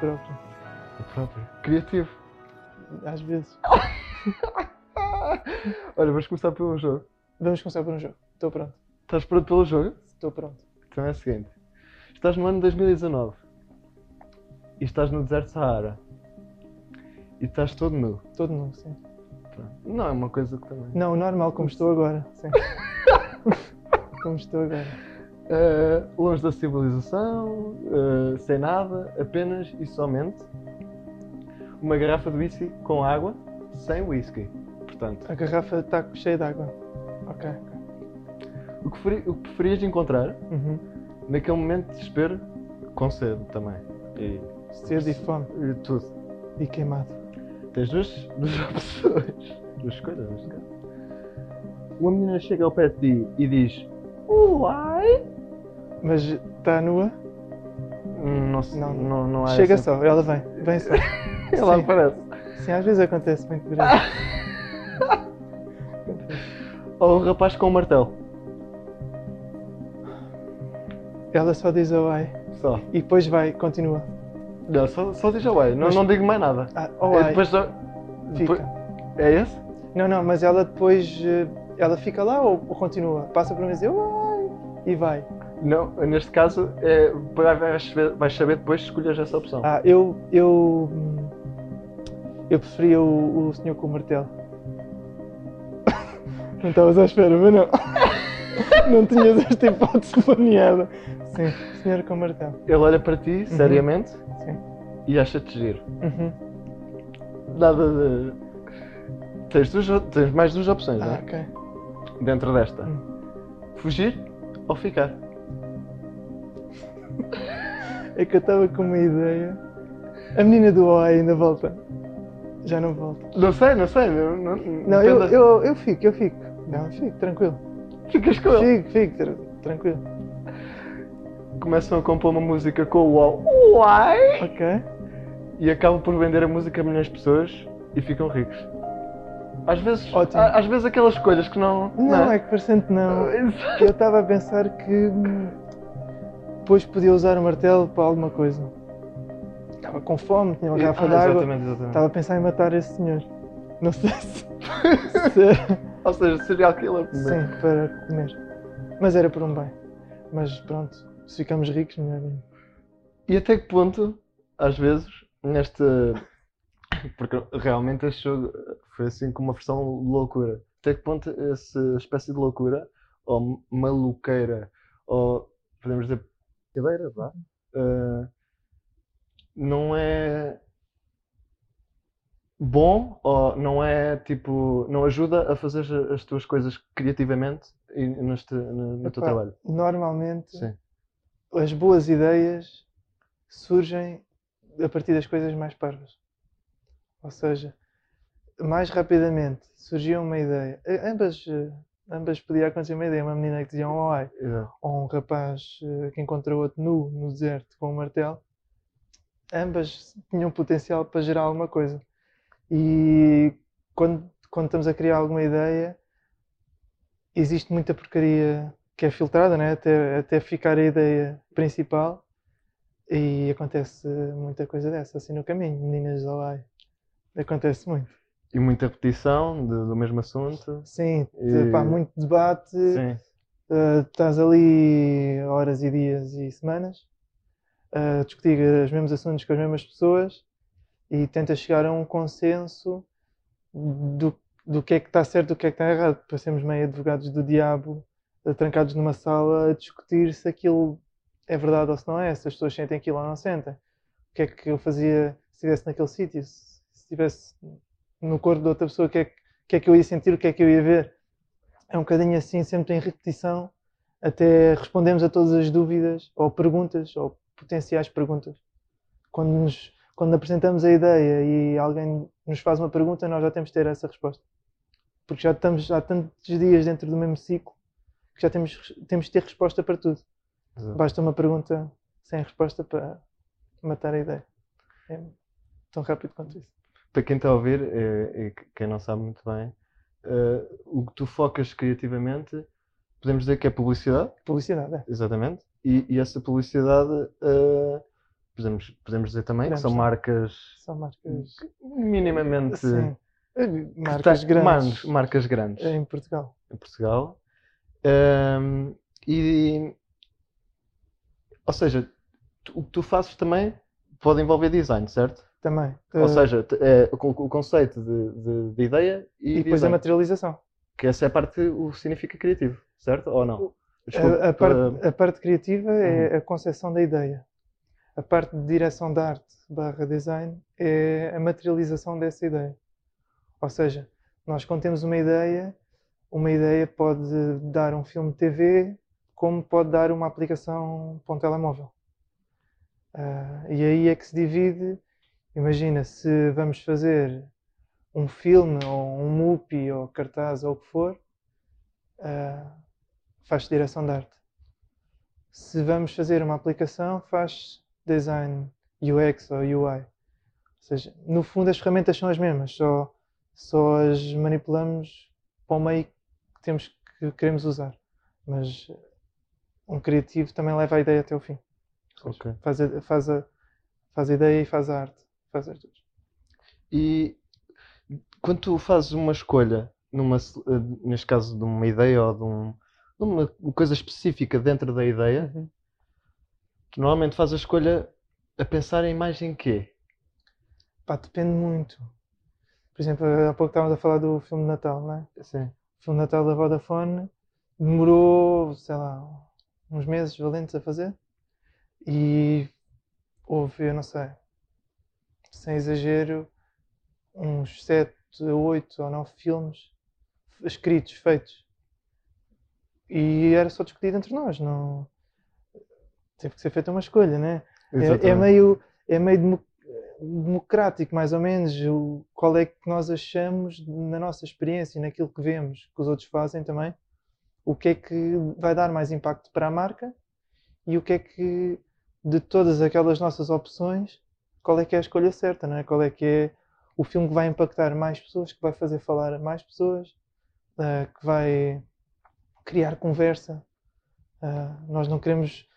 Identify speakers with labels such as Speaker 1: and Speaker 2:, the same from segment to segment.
Speaker 1: próprio.
Speaker 2: O próprio. Criativo.
Speaker 1: Às vezes.
Speaker 2: Olha, vamos começar pelo jogo.
Speaker 1: Vamos começar por um jogo. Estou pronto.
Speaker 2: Estás pronto pelo jogo?
Speaker 1: Estou pronto.
Speaker 2: Então é o seguinte: estás no ano 2019 e estás no deserto de Saara e estás todo nu.
Speaker 1: Todo nu, sim.
Speaker 2: Pronto. Não é uma coisa que também.
Speaker 1: Não, normal, como estou agora. Sim. como estou agora.
Speaker 2: Ah, longe da civilização, ah, sem nada, apenas e somente uma garrafa de whisky com água, sem whisky. Portanto,
Speaker 1: A garrafa está cheia de água. Ok. ok.
Speaker 2: o que, feri- o que preferias encontrar
Speaker 1: Uhum.
Speaker 2: naquele momento de desespero, com sede também. E,
Speaker 1: Sede e fome
Speaker 2: e tudo.
Speaker 1: e queimado.
Speaker 2: Tens duas, duas opções. Duas escolhas, neste caso. Uma menina chega ao pé de ti e diz: Uai!
Speaker 1: Mas está nua?
Speaker 2: Não, se-
Speaker 1: Não.
Speaker 2: não, não há
Speaker 1: Chega
Speaker 2: essa-
Speaker 1: só, ela vem. Vem só.
Speaker 2: Ela
Speaker 1: Sim.
Speaker 2: aparece.
Speaker 1: Sim, às vezes acontece muito grave.
Speaker 2: Ou um rapaz com um martelo.
Speaker 1: Ela só diz oh ai
Speaker 2: Só.
Speaker 1: e depois vai, continua.
Speaker 2: Não, só, só diz Uai. Não,
Speaker 1: Mas-
Speaker 2: não digo mais nada.
Speaker 1: Ah,
Speaker 2: É
Speaker 1: oh ai,
Speaker 2: depois só-
Speaker 1: fica.
Speaker 2: depois- É esse?
Speaker 1: Não, não, mas ela depois. eh, Ela fica lá ou, ou continua? Passa por mim e diz oh ai e vai.
Speaker 2: Não, neste caso, é, vais, saber, vais saber depois se escolheres essa opção.
Speaker 1: Ah, eu. Eu. hum, Eu preferia o, o senhor com o martelo. Não estavas à espera, mas não. Não tinhas esta hipótese planeada. Sim, senhor com o martelo.
Speaker 2: Ele olha para ti, seriamente,
Speaker 1: Uhum. Sim.
Speaker 2: e acha-te giro.
Speaker 1: Uhum.
Speaker 2: Nada de. Tens, duas, tens mais duas opções, não é?
Speaker 1: Ah, ok.
Speaker 2: dentro desta? Fugir ou ficar?
Speaker 1: É que eu estava com uma ideia. A menina do OI ainda volta. Já não volta.
Speaker 2: Não sei, não sei. Não, não,
Speaker 1: Não, eu,
Speaker 2: depende-
Speaker 1: eu, eu fico, eu fico. Não, fico, tranquilo.
Speaker 2: Ficas com ele.
Speaker 1: Fico, fico, tra- tranquilo.
Speaker 2: Começam a compor uma música com o UOL. Uai!
Speaker 1: Ok.
Speaker 2: E acabam por vender a música a milhões de pessoas e ficam ricos. Às vezes,
Speaker 1: Ótimo.
Speaker 2: a- às vezes aquelas escolhas que não.
Speaker 1: Não, é que parecendo não. Eu estava a pensar que hum, depois podia usar o martelo para alguma coisa. Estava com fome, tinha uma garrafa
Speaker 2: Ah,
Speaker 1: de água.
Speaker 2: Exatamente, exatamente.
Speaker 1: Estava a pensar em matar esse senhor. Não sei se. se-
Speaker 2: Ou seja, serial killer.
Speaker 1: Sim, para comer. Mas era por um bem. Mas pronto, se ficamos ricos, melhor ainda.
Speaker 2: E até que ponto, às vezes, neste. Porque realmente este jogo foi assim como uma versão loucura. Até que ponto essa espécie de loucura, ou maluqueira, ou podemos dizer. Cadeira, vá. eh, não é. Bom ou não é tipo. Não ajuda a fazer as tuas coisas criativamente e neste, no, no teu
Speaker 1: Epá,
Speaker 2: trabalho.
Speaker 1: Normalmente,
Speaker 2: Sim.
Speaker 1: as boas ideias surgem a partir das coisas mais parvas. Ou seja, mais rapidamente surgiu uma ideia. Eh, Ambas, eh, ambas podia acontecer uma ideia. Uma menina que dizia um ai,
Speaker 2: Exato.
Speaker 1: ou um rapaz eh, que encontrou outro nu no deserto com um martelo, ambas tinham potencial para gerar alguma coisa. E quando, quando estamos a criar alguma ideia, existe muita porcaria que é filtrada, né? até, até ficar a ideia principal. E acontece muita coisa dessa, assim no caminho, meninas de Olai. Acontece muito.
Speaker 2: E muita repetição do- do mesmo assunto.
Speaker 1: Sim,
Speaker 2: E-
Speaker 1: pá, muito debate.
Speaker 2: Sim.
Speaker 1: Uh, estás ali horas e dias e semanas a discutir os mesmos assuntos com as mesmas pessoas e tentas chegar a um consenso do, do que é que está certo e do que é que está errado. Para sermos meio advogados do diabo, uh, trancados numa sala a discutir se aquilo é verdade ou se não é, se as pessoas sentem aquilo ou não sentem. O que é que eu fazia se estivesse naquele sítio, se se estivesse no corpo de outra pessoa, o que é que, o que é que eu ia sentir, o que é que eu ia ver é um bocadinho assim, sempre em repetição, até respondemos a todas as dúvidas ou perguntas ou potenciais perguntas. Quando, nos, quando apresentamos a ideia e alguém nos faz uma pergunta, nós já temos de ter essa resposta. Porque já estamos há tantos dias dentro do mesmo ciclo que já temos, temos de ter resposta para tudo.
Speaker 2: Exato.
Speaker 1: Basta uma pergunta sem resposta para matar a ideia. É tão rápido quanto isso.
Speaker 2: Para quem está a ouvir eh, e que- quem não sabe muito bem, eh, o que tu focas criativamente, podemos dizer que é publicidade,
Speaker 1: Publicidade, é.
Speaker 2: exatamente, e, e essa publicidade eh, podemos, podemos dizer também
Speaker 1: Podemos,
Speaker 2: que são
Speaker 1: sim.
Speaker 2: marcas
Speaker 1: São marcas.
Speaker 2: minimamente
Speaker 1: Sim.
Speaker 2: que
Speaker 1: Marcas
Speaker 2: têm-
Speaker 1: grandes
Speaker 2: mar- marcas grandes
Speaker 1: em Portugal.
Speaker 2: em Portugal. Ahm, e ou seja, tu- o que tu fazes também pode envolver design, certo?
Speaker 1: Também.
Speaker 2: Ou
Speaker 1: Eh,
Speaker 2: seja, te- é, o, con- o conceito de, de- de ideia e,
Speaker 1: Eh, e depois é a
Speaker 2: design.
Speaker 1: materialização.
Speaker 2: Que essa é a parte, o que significa criativo, certo? Ou não? Desculpe, eh,
Speaker 1: A, a
Speaker 2: ahm,
Speaker 1: parte, a parte criativa é a concepção da ideia. A parte de direção da arte barra design é a materialização dessa ideia. Ou seja, nós quando temos uma ideia, uma ideia pode dar um filme de TV, como pode dar uma aplicação para um telemóvel. Ah, e aí é que se divide, imagina, se vamos fazer um filme ou um MUPI ou cartaz ou o que for, ah, faz direção de arte. Se vamos fazer uma aplicação, faz design UX ou UI. Ou seja, no fundo as ferramentas são as mesmas, só, só as manipulamos para o meio que, temos, que queremos usar. Mas um criativo também leva a ideia até o fim. Ou seja,
Speaker 2: Ok.
Speaker 1: Faz, a, faz, a, faz a ideia e faz a arte. Faz as duas.
Speaker 2: E quando tu fazes uma escolha, numa, se- eh, neste caso de uma ideia ou de, um, de uma coisa específica dentro da ideia,
Speaker 1: Uhum.
Speaker 2: tu normalmente fazes a escolha a pensar em mais em quê?
Speaker 1: Pá, depende muito. Por exemplo, há pouco estávamos a falar do filme de Natal, não é?
Speaker 2: Sim.
Speaker 1: o filme de Natal da Vodafone demorou, sei lá, uns meses valentes a fazer e houve, eu não sei, sem exagero, uns 7, 8 ou 9 filmes escritos, feitos. E era só discutido entre nós, não. Teve que ser feita uma escolha, né? É, é meio, é meio demo- democrático, mais ou menos, o, qual é que nós achamos na nossa experiência, e naquilo que vemos, que os outros fazem também, o que é que vai dar mais impacto para a marca e o que é que, de todas aquelas nossas opções, qual é que é a escolha certa, não é? qual é que é o filme que vai impactar mais pessoas, que vai fazer falar a mais pessoas, ah, que vai criar conversa. Ah, nós não queremos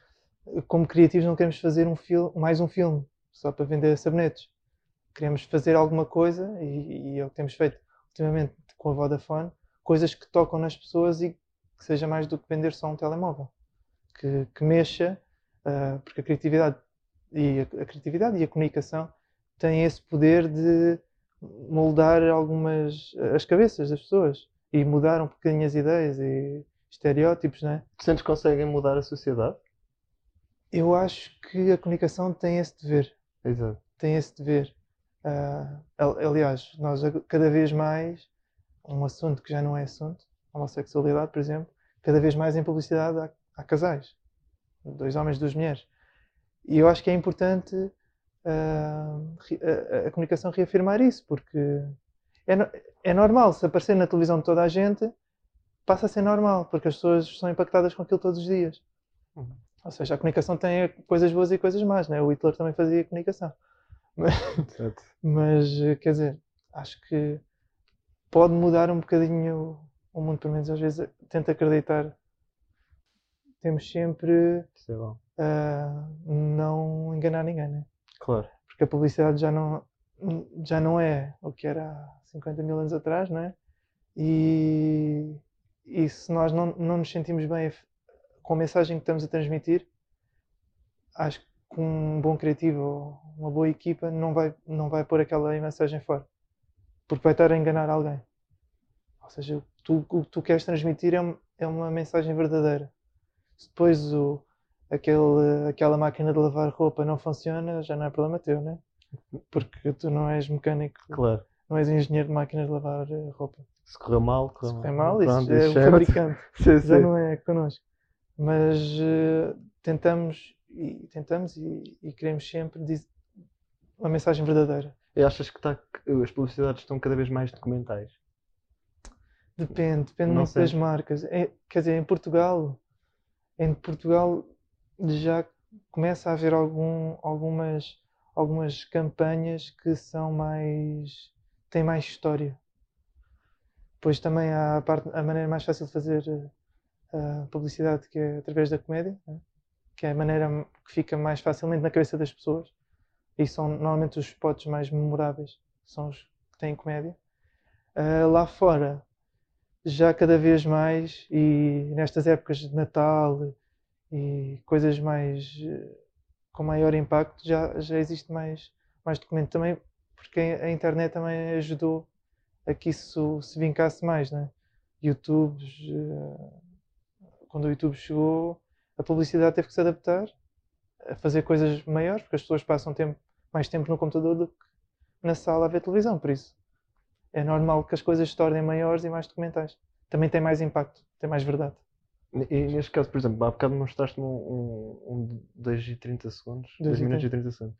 Speaker 1: como criativos não queremos fazer um fil- mais um filme só para vender sabonetes. Queremos fazer alguma coisa e, e é o que temos feito ultimamente com a Vodafone, coisas que tocam nas pessoas e que seja mais do que vender só um telemóvel, que, que mexa, ah, porque a criatividade e a, a criatividade e a comunicação têm esse poder de moldar algumas as cabeças das pessoas e mudar um bocadinho as ideias e estereótipos, né?
Speaker 2: Tu sentes que conseguem mudar a sociedade?
Speaker 1: Eu acho que a comunicação tem esse dever,
Speaker 2: Exato.
Speaker 1: tem esse dever. Ah, al- aliás, nós ag- cada vez mais, um assunto que já não é assunto, a homossexualidade, por exemplo, cada vez mais em publicidade há, há casais, dois homens, duas mulheres. E eu acho que é importante ah, re- a, a- a comunicação reafirmar isso, porque é, no- é normal, se aparecer na televisão de toda a gente, passa a ser normal, porque as pessoas são impactadas com aquilo todos os dias.
Speaker 2: Uhum.
Speaker 1: Ou seja, a comunicação tem coisas boas e coisas más, né? O Hitler também fazia comunicação.
Speaker 2: Certo.
Speaker 1: Mas, eh, quer dizer, acho que pode mudar um bocadinho o mundo, pelo menos às vezes eh, tento acreditar. Temos sempre
Speaker 2: Isso é bom.
Speaker 1: ah, não enganar ninguém, né?
Speaker 2: Claro.
Speaker 1: Porque a publicidade já não, já não é o que era há 50 mil anos atrás, né? E, e se nós não, não nos sentimos bem a f- com a mensagem que estamos a transmitir, acho que um bom criativo ou uma boa equipa não vai, não vai pôr aquela mensagem fora, porque vai estar a enganar alguém. Ou seja, tu, o que tu queres transmitir é, um- é uma mensagem verdadeira. Se depois o, aquele, aquela máquina de lavar roupa não funciona, já não é problema teu, né? Porque tu não és mecânico,
Speaker 2: Claro.
Speaker 1: não és engenheiro de máquinas de lavar eh, roupa.
Speaker 2: Se correu mal, correu
Speaker 1: Se correr mal, isso
Speaker 2: Pronto,
Speaker 1: já é o
Speaker 2: é outro-
Speaker 1: fabricante,
Speaker 2: Sim,
Speaker 1: já
Speaker 2: sim.
Speaker 1: não é connosco. Mas eh, tentamos e tentamos e, e queremos sempre diz- uma mensagem verdadeira.
Speaker 2: E achas que, tá, que as publicidades estão cada vez mais documentais?
Speaker 1: Depende, depende
Speaker 2: Não
Speaker 1: muito
Speaker 2: sei.
Speaker 1: das marcas. É- quer dizer, em Portugal, em Portugal já começa a haver algum- algumas, algumas campanhas que são mais, têm mais história. Pois também há a, parte- a maneira mais fácil de fazer eh, a publicidade que é através da comédia, né? que é a maneira que fica mais facilmente na cabeça das pessoas. E são normalmente os spots mais memoráveis, são os que têm comédia. Ah, lá fora, já cada vez mais, e nestas épocas de Natal e coisas mais eh, com maior impacto, já, já existe mais, mais documento também, porque a internet também ajudou a que isso se vincasse mais, né? YouTube, eh, quando o YouTube chegou, a publicidade teve que se adaptar a fazer coisas maiores, porque as pessoas passam tempo, mais tempo no computador do que na sala a ver televisão, por isso é normal que as coisas se tornem maiores e mais documentais. Também tem mais impacto, tem mais verdade.
Speaker 2: E e neste caso, por exemplo, há bocado mostraste-me um, um, um 2 e 30 segundos, 2
Speaker 1: Dois e
Speaker 2: minutos e 30 segundos.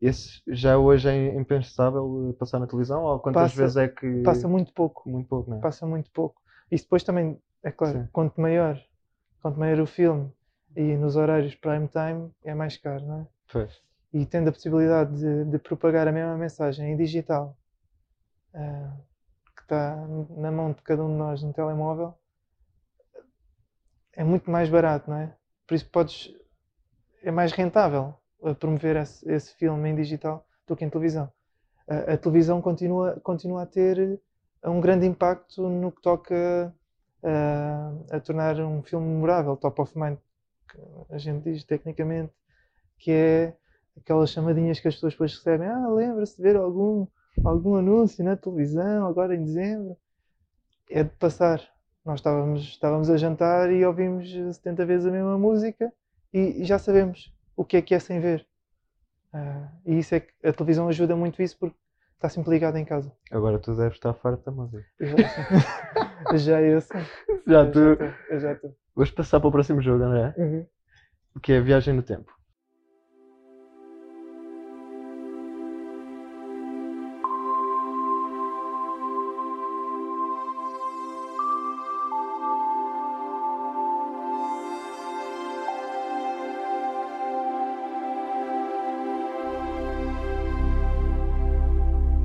Speaker 2: Esse já hoje é impensável eh, passar na televisão? Ou quantas
Speaker 1: Passa-
Speaker 2: vezes é que.
Speaker 1: Passa muito pouco,
Speaker 2: muito pouco, não é?
Speaker 1: passa muito pouco. Isso depois também, é claro,
Speaker 2: Sim.
Speaker 1: quanto maior, quanto maior o filme e nos horários prime time é mais caro, não é?
Speaker 2: Pois.
Speaker 1: e tendo a possibilidade de, de propagar a mesma mensagem em digital ah, que está na mão de cada um de nós no telemóvel, é muito mais barato, não é? Por isso podes. É mais rentável ah, promover esse, esse filme em digital do que em televisão. A, a televisão continua, continua a ter eh, um grande impacto no que toca ah, a tornar um filme memorável, top of mind, que a gente diz tecnicamente, que é aquelas chamadinhas que as pessoas depois recebem. Ah, lembra-se de ver algum, algum anúncio na televisão, agora em dezembro. É de passar. Nós estávamos, estávamos a jantar e ouvimos eh, 70 vezes a mesma música e, e já sabemos o que é que é sem ver. Ah, e isso é que a televisão ajuda muito isso porque está sempre ligada em casa.
Speaker 2: Agora tu deves estar farto da música.
Speaker 1: Já- Já eu sei.
Speaker 2: Já
Speaker 1: Eu
Speaker 2: tu.
Speaker 1: estou, Eu já Uhum. estou.
Speaker 2: Vamos passar para o próximo jogo, André, que é a viagem no tempo.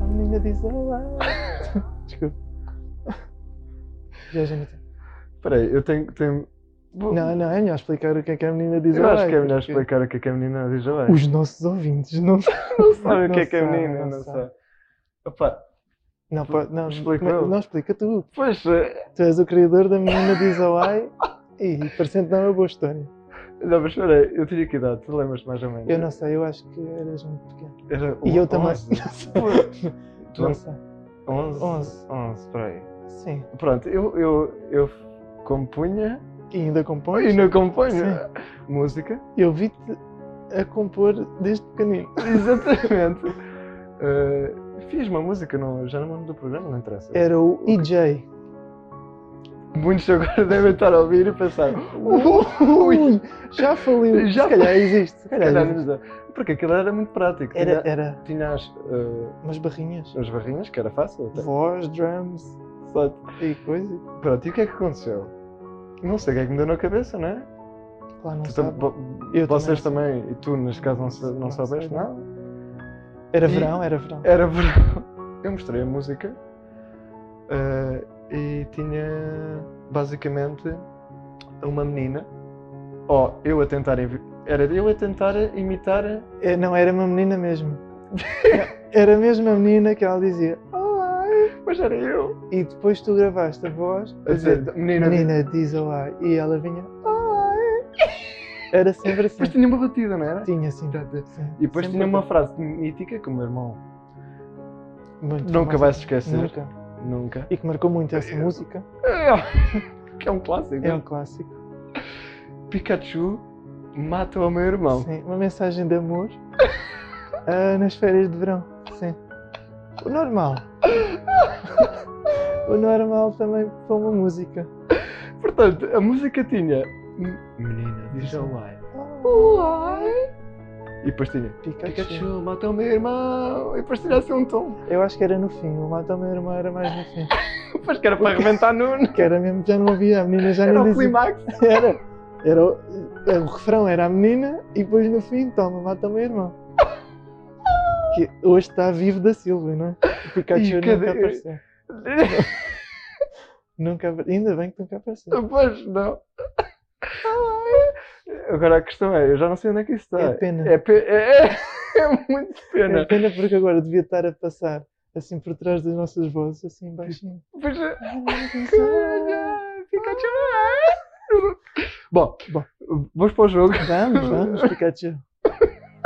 Speaker 1: A menina diz olá. Desculpa. Viagem no tempo.
Speaker 2: Espera aí, eu tenho. tenho... Vou-
Speaker 1: Não, não, é melhor explicar o que é que a menina diz
Speaker 2: Eu
Speaker 1: ao
Speaker 2: acho que é
Speaker 1: like,
Speaker 2: melhor
Speaker 1: porque
Speaker 2: explicar o que é que a menina diz ao
Speaker 1: Os nossos ouvintes não
Speaker 2: Não sabe o que
Speaker 1: não
Speaker 2: é que é a
Speaker 1: sabe,
Speaker 2: menina,
Speaker 1: não
Speaker 2: não
Speaker 1: sabe.
Speaker 2: sabe. Opa,
Speaker 1: Não, pá, não,
Speaker 2: Explica
Speaker 1: mas-
Speaker 2: eu.
Speaker 1: não explica tu.
Speaker 2: pois, eh,
Speaker 1: Tu és o criador da menina diz ao ai e parecendo não é uma boa história.
Speaker 2: não, mas espera aí, eu tinha que idade, tu lembras mais ou menos?
Speaker 1: Eu não sei, eu acho que eras muito pequeno.
Speaker 2: Era
Speaker 1: E
Speaker 2: o-
Speaker 1: eu também.
Speaker 2: 11.
Speaker 1: Não sei.
Speaker 2: Tu-
Speaker 1: Não sei.
Speaker 2: 11?
Speaker 1: 11.
Speaker 2: 11, espera aí.
Speaker 1: Sim.
Speaker 2: Pronto, eu, eu, eu compunha
Speaker 1: E ainda compões?
Speaker 2: e não componho
Speaker 1: Sim.
Speaker 2: música.
Speaker 1: Eu vi-te a compor desde pequenino.
Speaker 2: Exatamente. Eh, fiz uma música, não, já não me lembro do programa, não interessa.
Speaker 1: Era o EJ.
Speaker 2: Muitos agora devem estar a ouvir e pensar.
Speaker 1: Ui, já faliu.
Speaker 2: Já
Speaker 1: se calhar existe. Se calhar
Speaker 2: Caralho,
Speaker 1: existe.
Speaker 2: mas não. Porque aquilo era muito prático.
Speaker 1: Era,
Speaker 2: Tinha,
Speaker 1: era
Speaker 2: tinha as, eh,
Speaker 1: umas barrinhas.
Speaker 2: as barrinhas, que era fácil até.
Speaker 1: Voz, drums
Speaker 2: Só-
Speaker 1: e coisa.
Speaker 2: Pronto, e o que é que aconteceu? Não sei o que é que me deu na cabeça, não é?
Speaker 1: Lá não
Speaker 2: Tu
Speaker 1: sabe.
Speaker 2: tam- vo-
Speaker 1: Eu
Speaker 2: vocês
Speaker 1: também
Speaker 2: também, e tu neste caso não, sa- não
Speaker 1: Não
Speaker 2: soubeste
Speaker 1: sei.
Speaker 2: nada?
Speaker 1: Era
Speaker 2: e-
Speaker 1: verão, era verão.
Speaker 2: Era verão. Eu mostrei a música eh, e tinha basicamente uma menina, ó, eu a tentar invi- era eu a tentar imitar
Speaker 1: É, não, era uma menina mesmo. era mesmo a menina que ela dizia. Olá!
Speaker 2: mas era eu
Speaker 1: E depois tu gravaste a voz
Speaker 2: a
Speaker 1: a
Speaker 2: dizer,
Speaker 1: dizer
Speaker 2: menina,
Speaker 1: menina diz olá e ela vinha olá. Era sempre assim.
Speaker 2: depois tinha uma batida, não era?
Speaker 1: Tinha assim.
Speaker 2: E depois tinha uma frase mítica que o meu irmão
Speaker 1: Muito
Speaker 2: nunca
Speaker 1: famosa.
Speaker 2: vai se esquecer,
Speaker 1: Nunca.
Speaker 2: nunca.
Speaker 1: E que marcou muito essa música.
Speaker 2: Que é um clássico.
Speaker 1: É um clássico.
Speaker 2: Pikachu mata o meu irmão.
Speaker 1: Sim, uma mensagem de amor ah, nas férias de verão. Sim. O normal. O normal também foi uma música.
Speaker 2: Portanto, a música tinha. Menina, diz olá. E depois tinha.
Speaker 1: Pikachu.
Speaker 2: Pikachu mata o meu irmão. E depois tinha assim um tom.
Speaker 1: Eu acho que era no fim, o Mata o Meu Irmão era mais no fim.
Speaker 2: Depois que era para arrebentar Nuno.
Speaker 1: Que era mesmo, já não havia, a menina já
Speaker 2: Era
Speaker 1: nem
Speaker 2: o
Speaker 1: dizia.
Speaker 2: climax.
Speaker 1: Era, era o, era o refrão era a menina e depois no fim, toma, Mata o Meu Irmão. Que hoje está vivo da Silva, não é? O
Speaker 2: E
Speaker 1: Pikachu
Speaker 2: cadê-
Speaker 1: nunca apareceu. Nunca, apare- ainda bem que nunca apareceu.
Speaker 2: Depois não. Agora a questão é, eu já não sei onde é que isso está.
Speaker 1: É pena.
Speaker 2: É, pe- é- é- é muito pena.
Speaker 1: É pena porque agora devia estar a passar assim por trás das nossas vozes, assim baixinho.
Speaker 2: Pois é.
Speaker 1: Ai, não é canção.
Speaker 2: Caralho, Fica a chorar. Bom, vamos para o jogo.
Speaker 1: Vamos, vamos, Pikachu.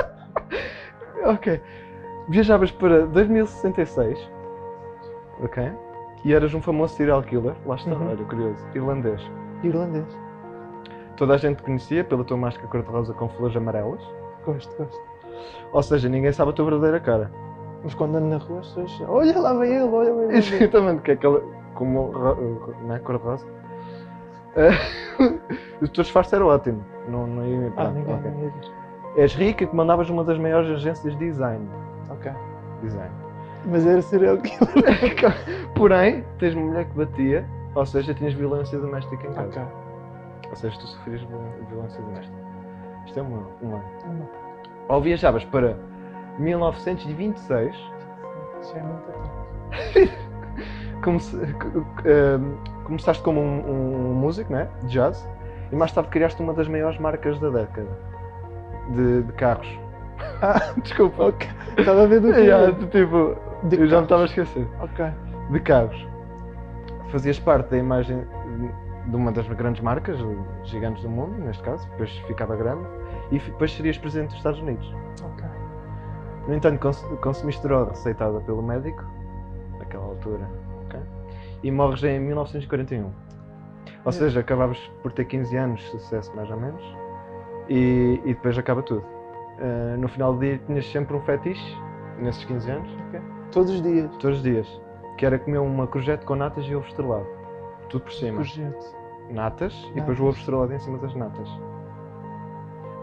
Speaker 2: Ok. Viajavas para 2066. Ok. E eras um famoso serial killer. Lá está,
Speaker 1: Uhum.
Speaker 2: olha, curioso. Irlandês.
Speaker 1: Irlandês.
Speaker 2: Toda a gente te conhecia pela tua máscara cor-de-rosa com flores amarelas.
Speaker 1: Gosto, gosto.
Speaker 2: Ou seja, ninguém sabe a tua verdadeira cara.
Speaker 1: Mas quando ando na rua, as pessoas. Olha lá vem ele, olha lá vem ele.
Speaker 2: Exatamente, que é aquela. Como. ro- ro- Não é cor-de-rosa? Eh, o teu disfarce era ótimo. Não, não ia.
Speaker 1: Ah,
Speaker 2: pronto,
Speaker 1: ninguém,
Speaker 2: ok.
Speaker 1: ninguém diz.
Speaker 2: És rica e que mandavas uma das maiores agências de design.
Speaker 1: Ok.
Speaker 2: Design.
Speaker 1: Mas era serial killer.
Speaker 2: Porém, tens uma mulher que batia, ou seja, tinhas violência doméstica em casa.
Speaker 1: Ok.
Speaker 2: Ou seja, tu sofrias viol- violência doméstica. Isto é uma. uma.
Speaker 1: Uma.
Speaker 2: Ou viajavas para 1926,
Speaker 1: Isso é muito bom.
Speaker 2: come- c- c- ehm, começaste como um, um músico, né? De jazz, e mais tarde criaste uma das maiores marcas da década de, de carros. Ah, desculpa.
Speaker 1: Ok. Estava a ver do que
Speaker 2: Yeah,
Speaker 1: era.
Speaker 2: tipo,
Speaker 1: De
Speaker 2: eu já me estava a
Speaker 1: carros.
Speaker 2: esquecer.
Speaker 1: Ok.
Speaker 2: de carros. Fazias parte da imagem de uma das grandes marcas, gigantes do mundo, neste caso, depois ficava grande, e fi- depois serias presidente dos Estados Unidos.
Speaker 1: Ok.
Speaker 2: No entanto, cons- consumiste droga receitada pelo médico, naquela altura, ok? E morres em 1941. Ou
Speaker 1: É.
Speaker 2: seja, acabavas por ter 15 anos de sucesso, mais ou menos, e, e depois acaba tudo. Ah, no final do dia, tinhas sempre um fetiche, nesses 15 anos,
Speaker 1: Todos os dias.
Speaker 2: todos os dias, que era comer uma courgette com natas e ovo estrelado. Tudo por cima.
Speaker 1: Projeto.
Speaker 2: Natas e depois
Speaker 1: Natas.
Speaker 2: o ovo estrelado em cima das natas.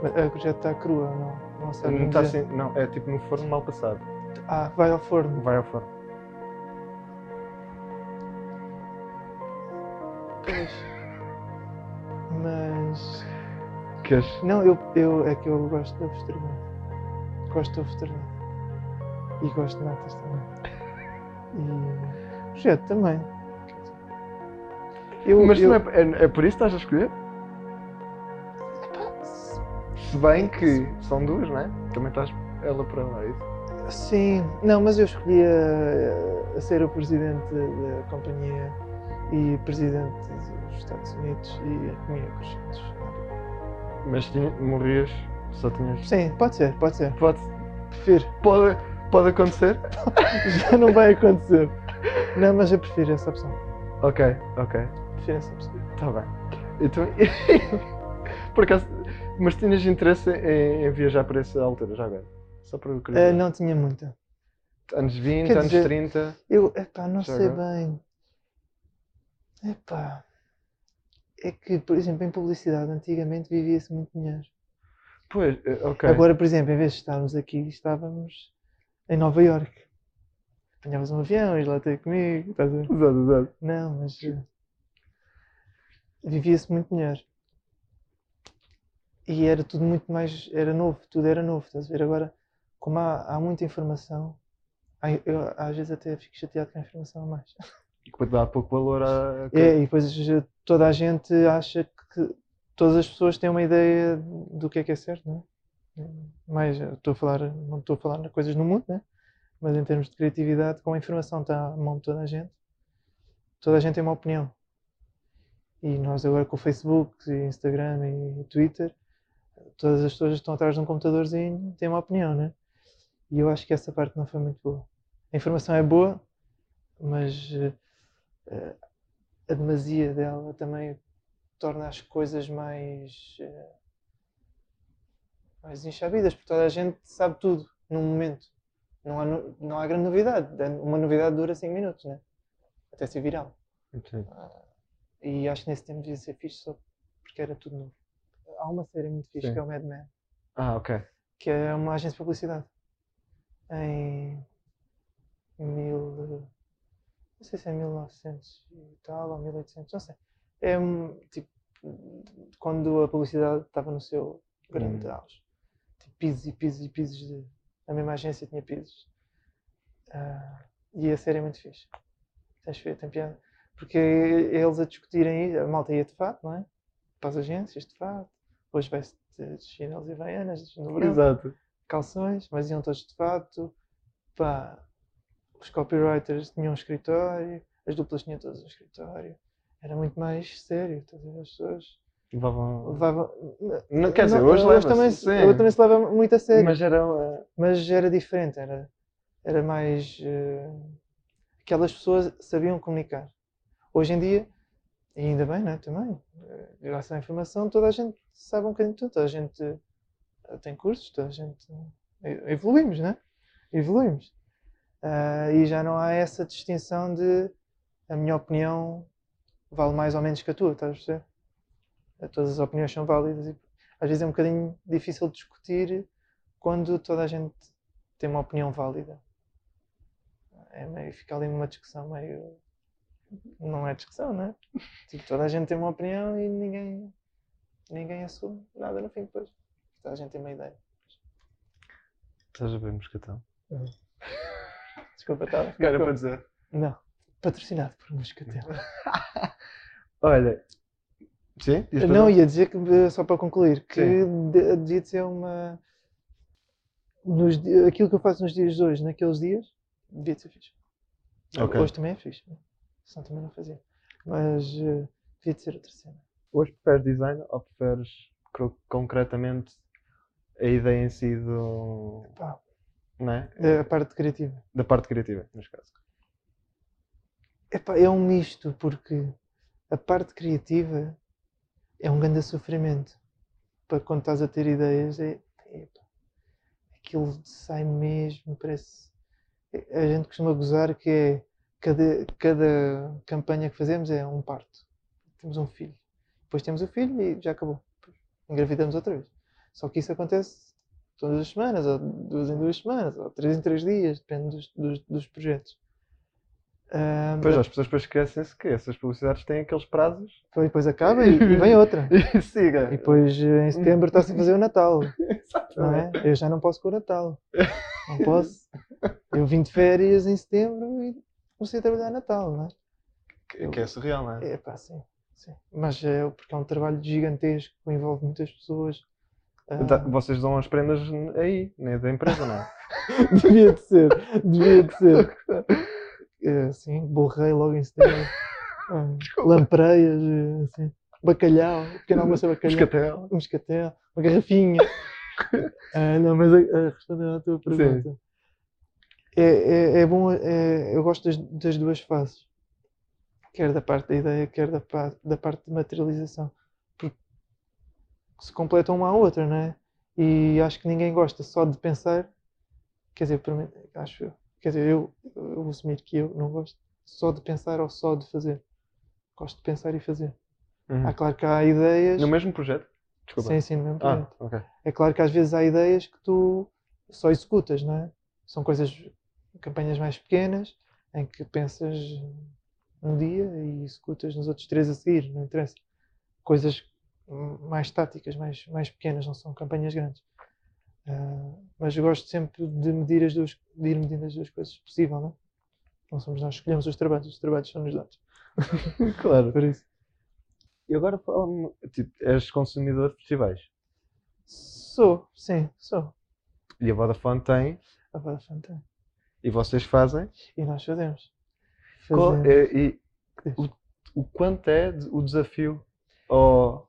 Speaker 1: Mas A projeto está crua, não. Não sabe.
Speaker 2: Não, tá
Speaker 1: dizer.
Speaker 2: assim, não, é tipo no forno mal passado.
Speaker 1: Ah, vai ao forno.
Speaker 2: Vai ao forno.
Speaker 1: Pois. Mas.
Speaker 2: Queres?
Speaker 1: Não, eu, eu é que eu gosto de ovo estrelado. Gosto de ovo estrelado. E gosto de natas também. E. Projeto também. Eu,
Speaker 2: Mas
Speaker 1: eu-
Speaker 2: não é, é, é por isso que estás a escolher? Se bem que são duas, não é? Também estás ela para lá, é isso?
Speaker 1: Sim, não, mas eu escolhi a, a ser o presidente da companhia e presidente dos Estados Unidos e a comia crescentes.
Speaker 2: Mas tinha, morrias, só tinhas.
Speaker 1: Sim, pode ser, pode ser.
Speaker 2: Pode,
Speaker 1: Prefiro.
Speaker 2: pode, pode acontecer?
Speaker 1: Já não vai acontecer. Não, mas eu prefiro essa opção.
Speaker 2: Ok, ok.
Speaker 1: Prefiro essa opção.
Speaker 2: Está bem. Então, por acaso, mas tinhas interesse em, em viajar para essa altura, já agora? Só para eu
Speaker 1: Ah,
Speaker 2: curiosidade.
Speaker 1: não tinha muita.
Speaker 2: Anos 20,
Speaker 1: Quer
Speaker 2: anos
Speaker 1: dizer-
Speaker 2: 30.
Speaker 1: Eu, epá, não
Speaker 2: Já
Speaker 1: sei
Speaker 2: agora?
Speaker 1: bem. Epá. É que, por exemplo, em publicidade antigamente vivia-se muito dinheiro.
Speaker 2: Pois, eh, ok.
Speaker 1: Agora, por exemplo, em vez de estarmos aqui, estávamos em Nova Iorque. Apanhavas um avião, ias lá ter comigo, estás a ver?
Speaker 2: Exato, exato.
Speaker 1: Não, mas. eh, Vivia-se muito dinheiro. E era tudo muito mais. Era novo, tudo era novo, estás a ver? Agora, como há, há muita informação, há- eu às vezes até fico chateado com a informação a mais.
Speaker 2: E que dá pouco valor a.
Speaker 1: É, e depois toda a gente acha que todas as pessoas têm uma ideia do que é que é certo, não é? Mas eu estou a falar, não estou a falar de coisas no mundo, né? Mas em termos de criatividade, como a informação está à mão de toda a gente, toda a gente tem uma opinião. E nós agora com o Facebook, e Instagram e Twitter, todas as pessoas estão atrás de um computadorzinho, têm uma opinião, né? E eu acho que essa parte não foi muito boa. A informação é boa, mas eh, eh, a demasia dela também torna as coisas mais, eh, mais enxabidas, porque toda a gente sabe tudo num momento. Não há, no- não há grande novidade. É, Uma novidade dura 5 minutos, né? Até ser viral.
Speaker 2: Sim.
Speaker 1: E acho que nesse tempo devia ser fixe só porque era tudo novo. Há uma série muito fixe
Speaker 2: Sim.
Speaker 1: que é o Mad Men,
Speaker 2: Ah, ok.
Speaker 1: que é uma agência de publicidade. Em mil. Não sei se é 1900 e tal ou 1800, não sei. É um, tipo. Quando a publicidade estava no seu grande
Speaker 2: Hum.
Speaker 1: auge. Tipo, pisos e pisos e pisos de. A mesma agência tinha pisos. Ah, e a série é muito fixe. Tens de ver, tem piada. Porque eles a discutirem, a malta ia de fato, não é? Para as agências de fato, Hoje veste de chinelos e vaianas no verão,
Speaker 2: Exato.
Speaker 1: calções, mas iam todos de fato. Pá, os copywriters tinham um escritório, as duplas tinham todas um escritório. Era muito mais sério, todas as pessoas
Speaker 2: Levavam.
Speaker 1: levavam.
Speaker 2: Não, quer dizer,
Speaker 1: Não,
Speaker 2: hoje leva-se.
Speaker 1: também, se-
Speaker 2: sim.
Speaker 1: hoje também se leva muito a sério, mas,
Speaker 2: Mas era. uh,
Speaker 1: era diferente, era, era mais. eh, aquelas pessoas sabiam comunicar. Hoje em dia, e ainda bem, não é? Também, eh, graças à informação, toda a gente sabe um bocadinho de tudo, toda a gente eh, tem cursos, toda a gente. eh, evoluímos, não é? Evoluímos. Ah, e já não há essa distinção de a minha opinião vale mais ou menos que a tua, estás a perceber? Eh, Todas as opiniões são válidas e às vezes é um bocadinho difícil discutir quando toda a gente tem uma opinião válida. É meio ficar ali numa discussão meio. Não é discussão, né? Tipo, toda a gente tem uma opinião e ninguém, ninguém assume nada no fim depois. Toda a gente tem uma ideia.
Speaker 2: Estás a ver, Moscatão?
Speaker 1: Desculpa, tá? estava a ficar
Speaker 2: Agora
Speaker 1: com-
Speaker 2: para dizer.
Speaker 1: Não. Patrocinado por Moscatel.
Speaker 2: Olha. Sim? Diz para
Speaker 1: Não,
Speaker 2: nós.
Speaker 1: ia dizer que, eh, só para concluir, que de- devia de ser uma. Nos, di- aquilo que eu faço nos dias de hoje, naqueles dias, devia de ser fixe.
Speaker 2: Ok.
Speaker 1: Hoje também é fixe, né? senão também não fazia. Mas eh, devia de ser outra cena.
Speaker 2: Hoje preferes design ou preferes cro- concretamente a ideia em si do.
Speaker 1: Pá,
Speaker 2: Não é?
Speaker 1: da parte criativa.
Speaker 2: Da parte criativa, neste caso.
Speaker 1: Epá, é um misto, porque a parte criativa é um grande sofrimento. Para quando estás a ter ideias, é, epá, aquilo sai mesmo, parece. é, A gente costuma gozar que é cada, cada campanha que fazemos é um parto. Temos um filho. Depois temos o filho e já acabou. Engravidamos outra vez. Só que isso acontece todas as semanas, ou duas em duas semanas, ou três em três dias, depende dos, dos, dos projetos. Ah,
Speaker 2: Pois as pessoas depois esquecem-se que essas publicidades têm aqueles prazos.
Speaker 1: Foi, Então, depois acaba e, e vem outra.
Speaker 2: E siga.
Speaker 1: E depois eh, em setembro está-se a fazer o Natal, não
Speaker 2: Exatamente.
Speaker 1: é? Eu já não posso com o Natal. Não posso. Eu vim de férias em setembro e comecei a trabalhar Natal, não é?
Speaker 2: Que, que é surreal, não é?
Speaker 1: É pá, sim. sim. Mas é porque é um trabalho gigantesco, envolve muitas pessoas. Ah,
Speaker 2: Dá- Tá, Vocês dão as prendas aí, né? da empresa, não é?
Speaker 1: devia de ser, devia de ser. Eh, sim, borrei logo em setembro. Ah, lampreias, eh, assim. Bacalhau, pequeno almoço é bacalhau.
Speaker 2: Moscatel.
Speaker 1: um moscatel, uma garrafinha. Ah, não, mas a, a responder à tua pergunta. É, é, é bom, é- eu gosto das, das duas faces. Quer da parte da ideia, quer da, pa- da parte de materialização. Porque se completam uma à outra, não é? E acho que ninguém gosta só de pensar. Quer dizer, para mim, acho eu. Quer dizer, eu, eu vou assumir que eu não gosto só de pensar ou só de fazer. Gosto de pensar e fazer.
Speaker 2: Uhum.
Speaker 1: Há claro que há ideias.
Speaker 2: No mesmo projeto? Desculpa.
Speaker 1: Sim, sim, no mesmo
Speaker 2: Ah,
Speaker 1: projeto.
Speaker 2: ok.
Speaker 1: É claro que às vezes há ideias que tu só executas, não é? São coisas, campanhas mais pequenas, em que pensas num dia e executas nos outros três a seguir, não interessa. Coisas hum, mais táticas, mais, mais pequenas, não são campanhas grandes. Ah, mas eu gosto sempre de medir as duas, de ir medindo as duas coisas, se possível, não é? Não somos nós que escolhemos os trabalhos, os trabalhos são nos dados.
Speaker 2: Claro.
Speaker 1: Por isso.
Speaker 2: E agora fala-me, tipo, és consumidor de festivais.
Speaker 1: Sou, sim, sou.
Speaker 2: E a Vodafone tem,
Speaker 1: A Vodafone tem.
Speaker 2: e vocês fazem.
Speaker 1: E nós fazemos.
Speaker 2: Qual-
Speaker 1: Fazemos.
Speaker 2: é- e o, o quanto é de- o desafio? Ou,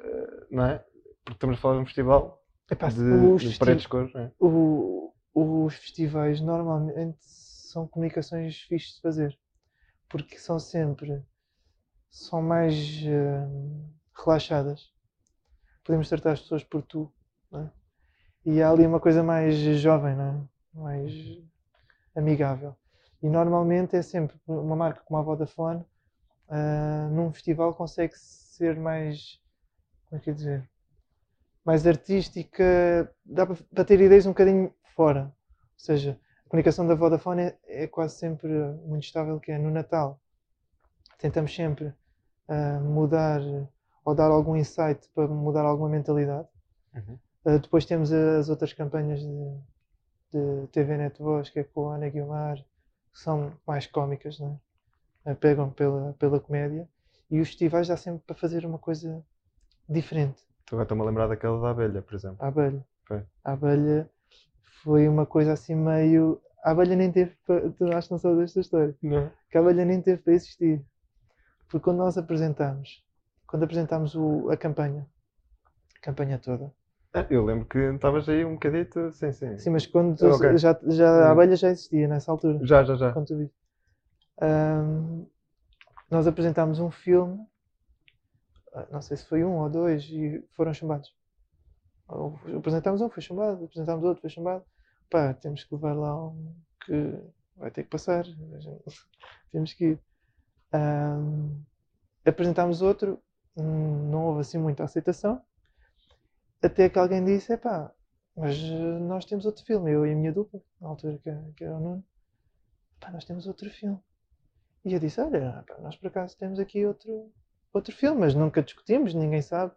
Speaker 2: eh, não é? Porque estamos a falar de um festival
Speaker 1: Epá,
Speaker 2: de,
Speaker 1: os,
Speaker 2: de
Speaker 1: festi-
Speaker 2: paredes de cores, não é?
Speaker 1: o- os festivais normalmente são comunicações fixes de fazer, porque são sempre são mais hum, relaxadas. Podemos tratar as pessoas por tu, não é? E há ali uma coisa mais jovem, não é? Mais amigável. E normalmente é sempre uma marca como a Vodafone, ah, num festival consegue ser mais, como é que eu ia dizer? mais artística, dá para para ter ideias um bocadinho fora. Ou seja, a comunicação da Vodafone é, é quase sempre muito estável, que é no Natal. Tentamos sempre ah, mudar ou dar algum insight para mudar alguma mentalidade.
Speaker 2: Uhum.
Speaker 1: Ah, depois temos as outras campanhas de, de TV Net Voz, que é com a Ana Guiomar, que são mais cómicas, não é? Ah, pegam pela, pela comédia. E os festivais dá sempre para fazer uma coisa diferente
Speaker 2: Agora estou-me a lembrar daquela da abelha, por exemplo.
Speaker 1: A abelha.
Speaker 2: Foi.
Speaker 1: A abelha foi uma coisa assim meio. A abelha nem teve. pa- Tu acho que não sabes desta história.
Speaker 2: Não.
Speaker 1: Que a abelha nem teve para existir. Porque quando nós apresentámos, quando apresentámos o- a campanha, a campanha toda.
Speaker 2: Ah, Eu lembro que estavas aí um bocadito, sim, sim.
Speaker 1: Sim, mas quando tu-
Speaker 2: Ah, ok.
Speaker 1: já, já, a
Speaker 2: Hum.
Speaker 1: abelha já existia nessa altura.
Speaker 2: Já, já, já.
Speaker 1: quando tu viste. Ahm, nós apresentámos um filme, ah, não sei se foi um ou dois, e foram chamados. Ou Apresentámos um, foi chamado, apresentámos outro, foi chamado. Pá, temos que levar lá um que vai ter que passar, a gente- temos que ir. Ahm, apresentámos outro, hum, não houve assim muita aceitação, até que alguém disse: epá, mas eh, nós temos outro filme, eu e a minha dupla, na altura que, que era o Nuno pá, nós temos outro filme. E eu disse, olha, pá, nós por acaso temos aqui outro, outro filme, mas nunca discutimos, ninguém sabe.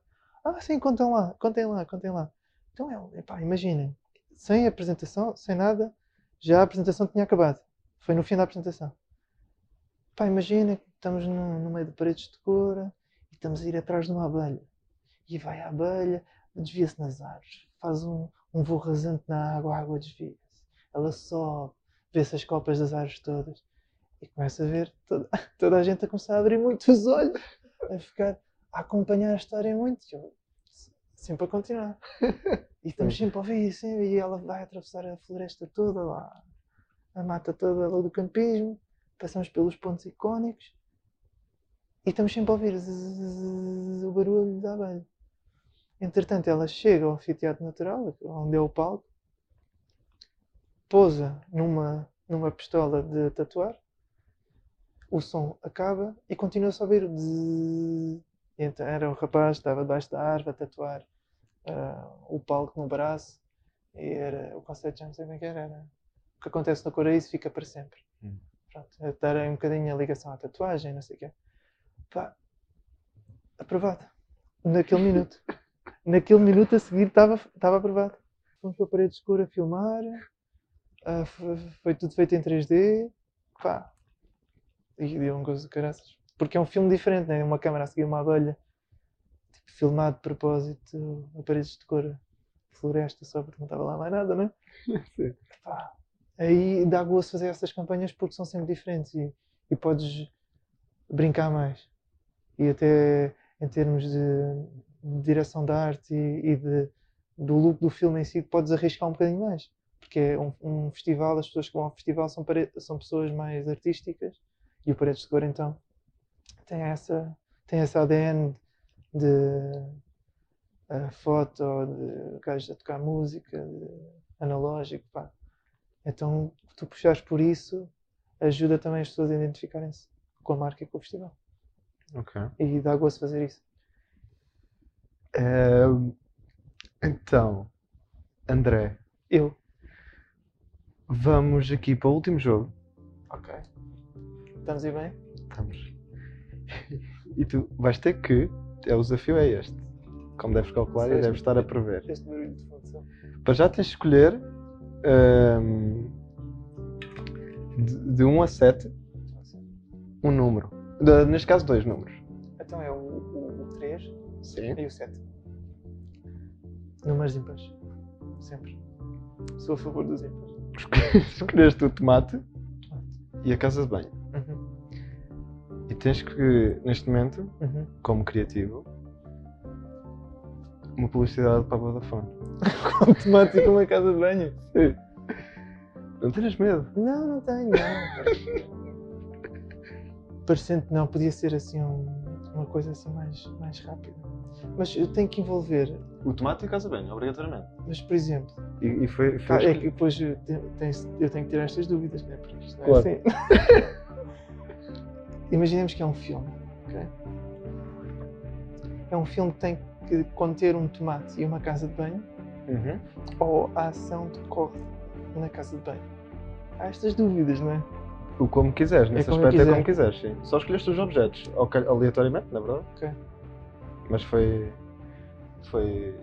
Speaker 1: Ah, sim, contem lá, contem lá, contem lá. Então, é, epá, imaginem, sem apresentação, sem nada, já a apresentação tinha acabado. Foi no fim da apresentação. Pá, imagina que estamos no, no meio de paredes de cura e estamos a ir atrás de uma abelha. E vai a abelha, desvia-se nas árvores, faz um, um voo rasante na água, a água desvia-se. Ela sobe, vê-se as copas das árvores todas e começa a ver toda, toda a gente a começar a abrir muito os olhos, a ficar a acompanhar a história muito, e eu, se- sempre a continuar. E estamos sempre a ouvir assim, e ela vai atravessar a floresta toda lá, a mata toda lá do campismo, passamos pelos pontos icónicos e estamos sempre a ouvir zzzz, o barulho da abelha. Entretanto, ela chega ao anfiteatro natural, onde é o palco, pousa numa, numa pistola de tatuar, o som acaba e continua-se a ouvir o bzzz. E Então era um rapaz, estava debaixo da árvore a tatuar ah, o palco no braço e era o conceito, já não sei como é que era, era o que acontece na cor é isso, fica para sempre.
Speaker 2: Hum.
Speaker 1: Pronto, a dar aí um bocadinho a ligação à tatuagem, não sei o quê. Pá, aprovado. Naquele minuto. Naquele minuto a seguir estava estava aprovado. Fomos para a parede escura a filmar. Ah, f- foi tudo feito em 3D. Pá. E deu um gozo de caraças. Porque é um filme diferente, né? Uma câmera a seguir uma abelha. Tipo, filmado de propósito a paredes de cor. Floresta, só porque não estava lá mais nada, né?
Speaker 2: Sim.
Speaker 1: Pá. Aí dá gosto fazer essas campanhas porque são sempre diferentes e, e podes brincar mais. E até em termos de, de direção da arte e, e de, do look do filme em si, podes arriscar um bocadinho mais porque é um, um festival, as pessoas que vão ao festival são, pare- são pessoas mais artísticas e o Paredes de Cor então tem essa, tem essa ADN de eh, foto, de gajos a tocar música, de analógico, pá. Então tu puxares por isso ajuda também as pessoas a identificarem-se com a marca e com o festival.
Speaker 2: Ok.
Speaker 1: E dá gosto fazer isso.
Speaker 2: Ehm, então, André,
Speaker 1: Eu.
Speaker 2: vamos aqui para o último jogo.
Speaker 1: Ok. Estamos aí bem?
Speaker 2: Estamos. Tá E tu vais ter que. É, o desafio é este. Como deves calcular
Speaker 1: Sei.
Speaker 2: e deves estar a prever.
Speaker 1: Este barulho de fundo. só.
Speaker 2: Para já tens de escolher ehm, de, de 1 a 7
Speaker 1: assim.
Speaker 2: um número. De- neste caso, dois números.
Speaker 1: Então é o 3.
Speaker 2: Sim.
Speaker 1: E o 7. Números ímpares. Sempre. Sou a favor dos ímpares.
Speaker 2: Escolheste Então, o tomate e a casa de banho.
Speaker 1: Uhum.
Speaker 2: E tens que, neste momento,
Speaker 1: Uhum.
Speaker 2: como criativo, uma publicidade para a Vodafone.
Speaker 1: Automático uma casa de banho?
Speaker 2: Não tens medo?
Speaker 1: Não, não tenho, não. Parecendo que não, podia ser assim um- uma coisa assim mais, mais rápida. Mas eu tenho que envolver.
Speaker 2: O tomate e a casa de banho, obrigatoriamente. Tá,
Speaker 1: Mas, por exemplo,
Speaker 2: E, e foi.
Speaker 1: Ah, é
Speaker 2: foi escolhido.
Speaker 1: que depois eu tenho, tenho- eu tenho que tirar estas dúvidas, né? Porque isto não é
Speaker 2: Claro.
Speaker 1: assim. Imaginemos que é um filme, ok? É um filme que tem que conter um tomate e uma casa de banho,
Speaker 2: Uhum.
Speaker 1: ou a ação decorre na casa de banho. Há estas dúvidas, não é?
Speaker 2: O como quiseres, nesse
Speaker 1: como eu
Speaker 2: aspecto é
Speaker 1: quiser.
Speaker 2: como quiseres, sim. Só escolheste os objetos, ao cal- aleatoriamente, na verdade.
Speaker 1: Ok.
Speaker 2: Mas foi. Foi.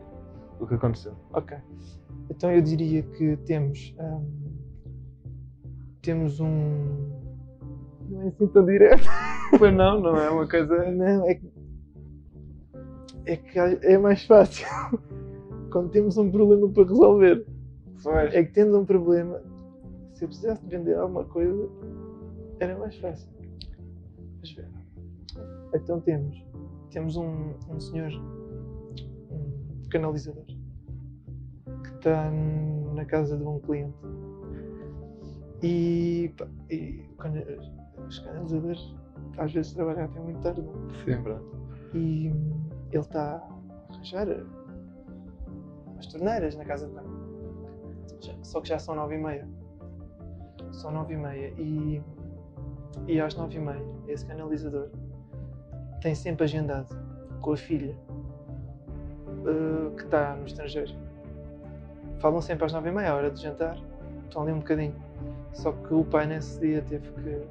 Speaker 2: O que aconteceu.
Speaker 1: Ok. Então eu diria que temos. hum, temos um. Não é assim tão direto.
Speaker 2: pois não, não é uma coisa.
Speaker 1: Não, é que. né? é que é mais fácil quando temos um problema para resolver.
Speaker 2: Pois.
Speaker 1: É que tendo um problema, se eu precisasse de vender alguma coisa, era mais fácil. Mas ver. Então temos. Temos um, um senhor, um canalizador, que está na casa de um cliente. E, pá, e o cana- os canalizadores às vezes trabalham até muito tarde é?
Speaker 2: Sempre.
Speaker 1: e hum, ele está a arranjar as torneiras na casa de banho. Já- Só que já são nove e meia. São nove e meia e, e às nove e meia esse canalizador tem sempre agendado com a filha eh, que está no estrangeiro. Falam sempre às nove e meia, à hora de jantar, estão ali um bocadinho. Só que o pai nesse dia teve que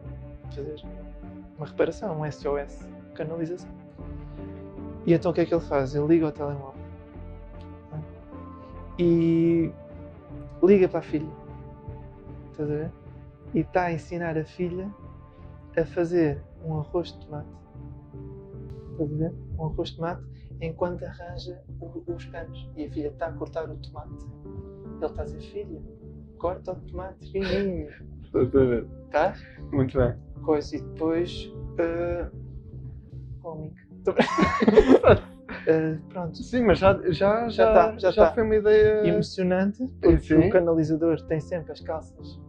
Speaker 1: fazer uma reparação, um SOS, canalização. E então o que é que ele faz? Ele liga ao telemóvel né? e liga para a filha. Estás a ver? E está a ensinar a filha a fazer um arroz de tomate. Estás a ver? Um arroz de tomate enquanto arranja o- os canos. E a filha está a cortar o tomate. Ele está a dizer, filha, corta o tomate fininho.
Speaker 2: Estou a ver.
Speaker 1: Estás?
Speaker 2: Muito bem.
Speaker 1: coisa e depois uh, homing. Ah, pronto,
Speaker 2: Sim, mas já já já, um
Speaker 1: tá, já tá.
Speaker 2: foi uma ideia.
Speaker 1: emocionante porque
Speaker 2: Sim.
Speaker 1: o canalizador tem sempre as calças,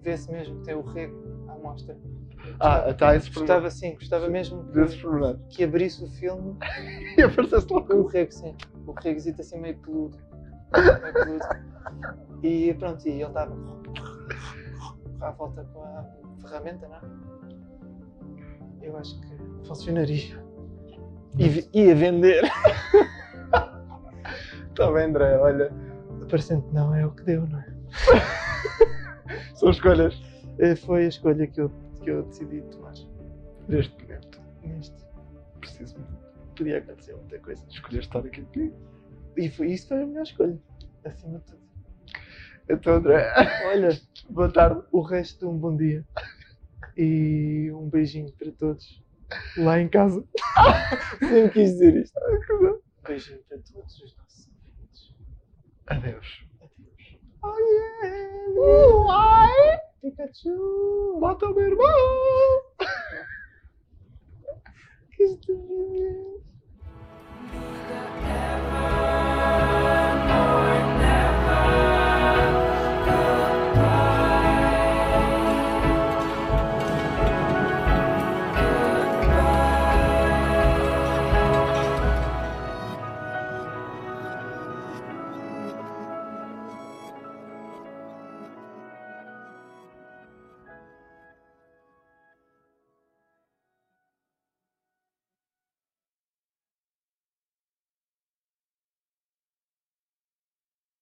Speaker 1: vê-se mesmo que tem o rego à mostra.
Speaker 2: Ah, tá esse
Speaker 1: Gostava
Speaker 2: pormenor.
Speaker 1: sim, gostava mesmo
Speaker 2: Desse
Speaker 1: que,
Speaker 2: pormenor.
Speaker 1: que abrisse o filme
Speaker 2: E aparecesse logo.
Speaker 1: o rego sim, o regozito assim meio peludo. Meio peludo. E pronto, e ele estava à volta com a ferramenta, não é? Eu acho que funcionaria. E vi- ia vender.
Speaker 2: Está Tá bem, André, olha.
Speaker 1: Parecendo que não é o que deu, não é?
Speaker 2: São escolhas
Speaker 1: Eh, Foi a escolha que eu, que eu decidi tomar
Speaker 2: deste momento.
Speaker 1: neste.
Speaker 2: Preciso
Speaker 1: Podia acontecer muita coisa.
Speaker 2: escolher estar aqui comigo.
Speaker 1: E foi, isso foi a melhor escolha, acima de tudo.
Speaker 2: Então, André,
Speaker 1: Olha,
Speaker 2: boa tarde.
Speaker 1: o resto de um bom dia. E um beijinho para todos lá em casa. Ah, Sempre quis dizer isto. Beijinho para todos os nossos ouvintes.
Speaker 2: Adeus.
Speaker 1: Oh yeah! Pikachu!
Speaker 2: Mata o meu irmão!
Speaker 1: Que é estupidez!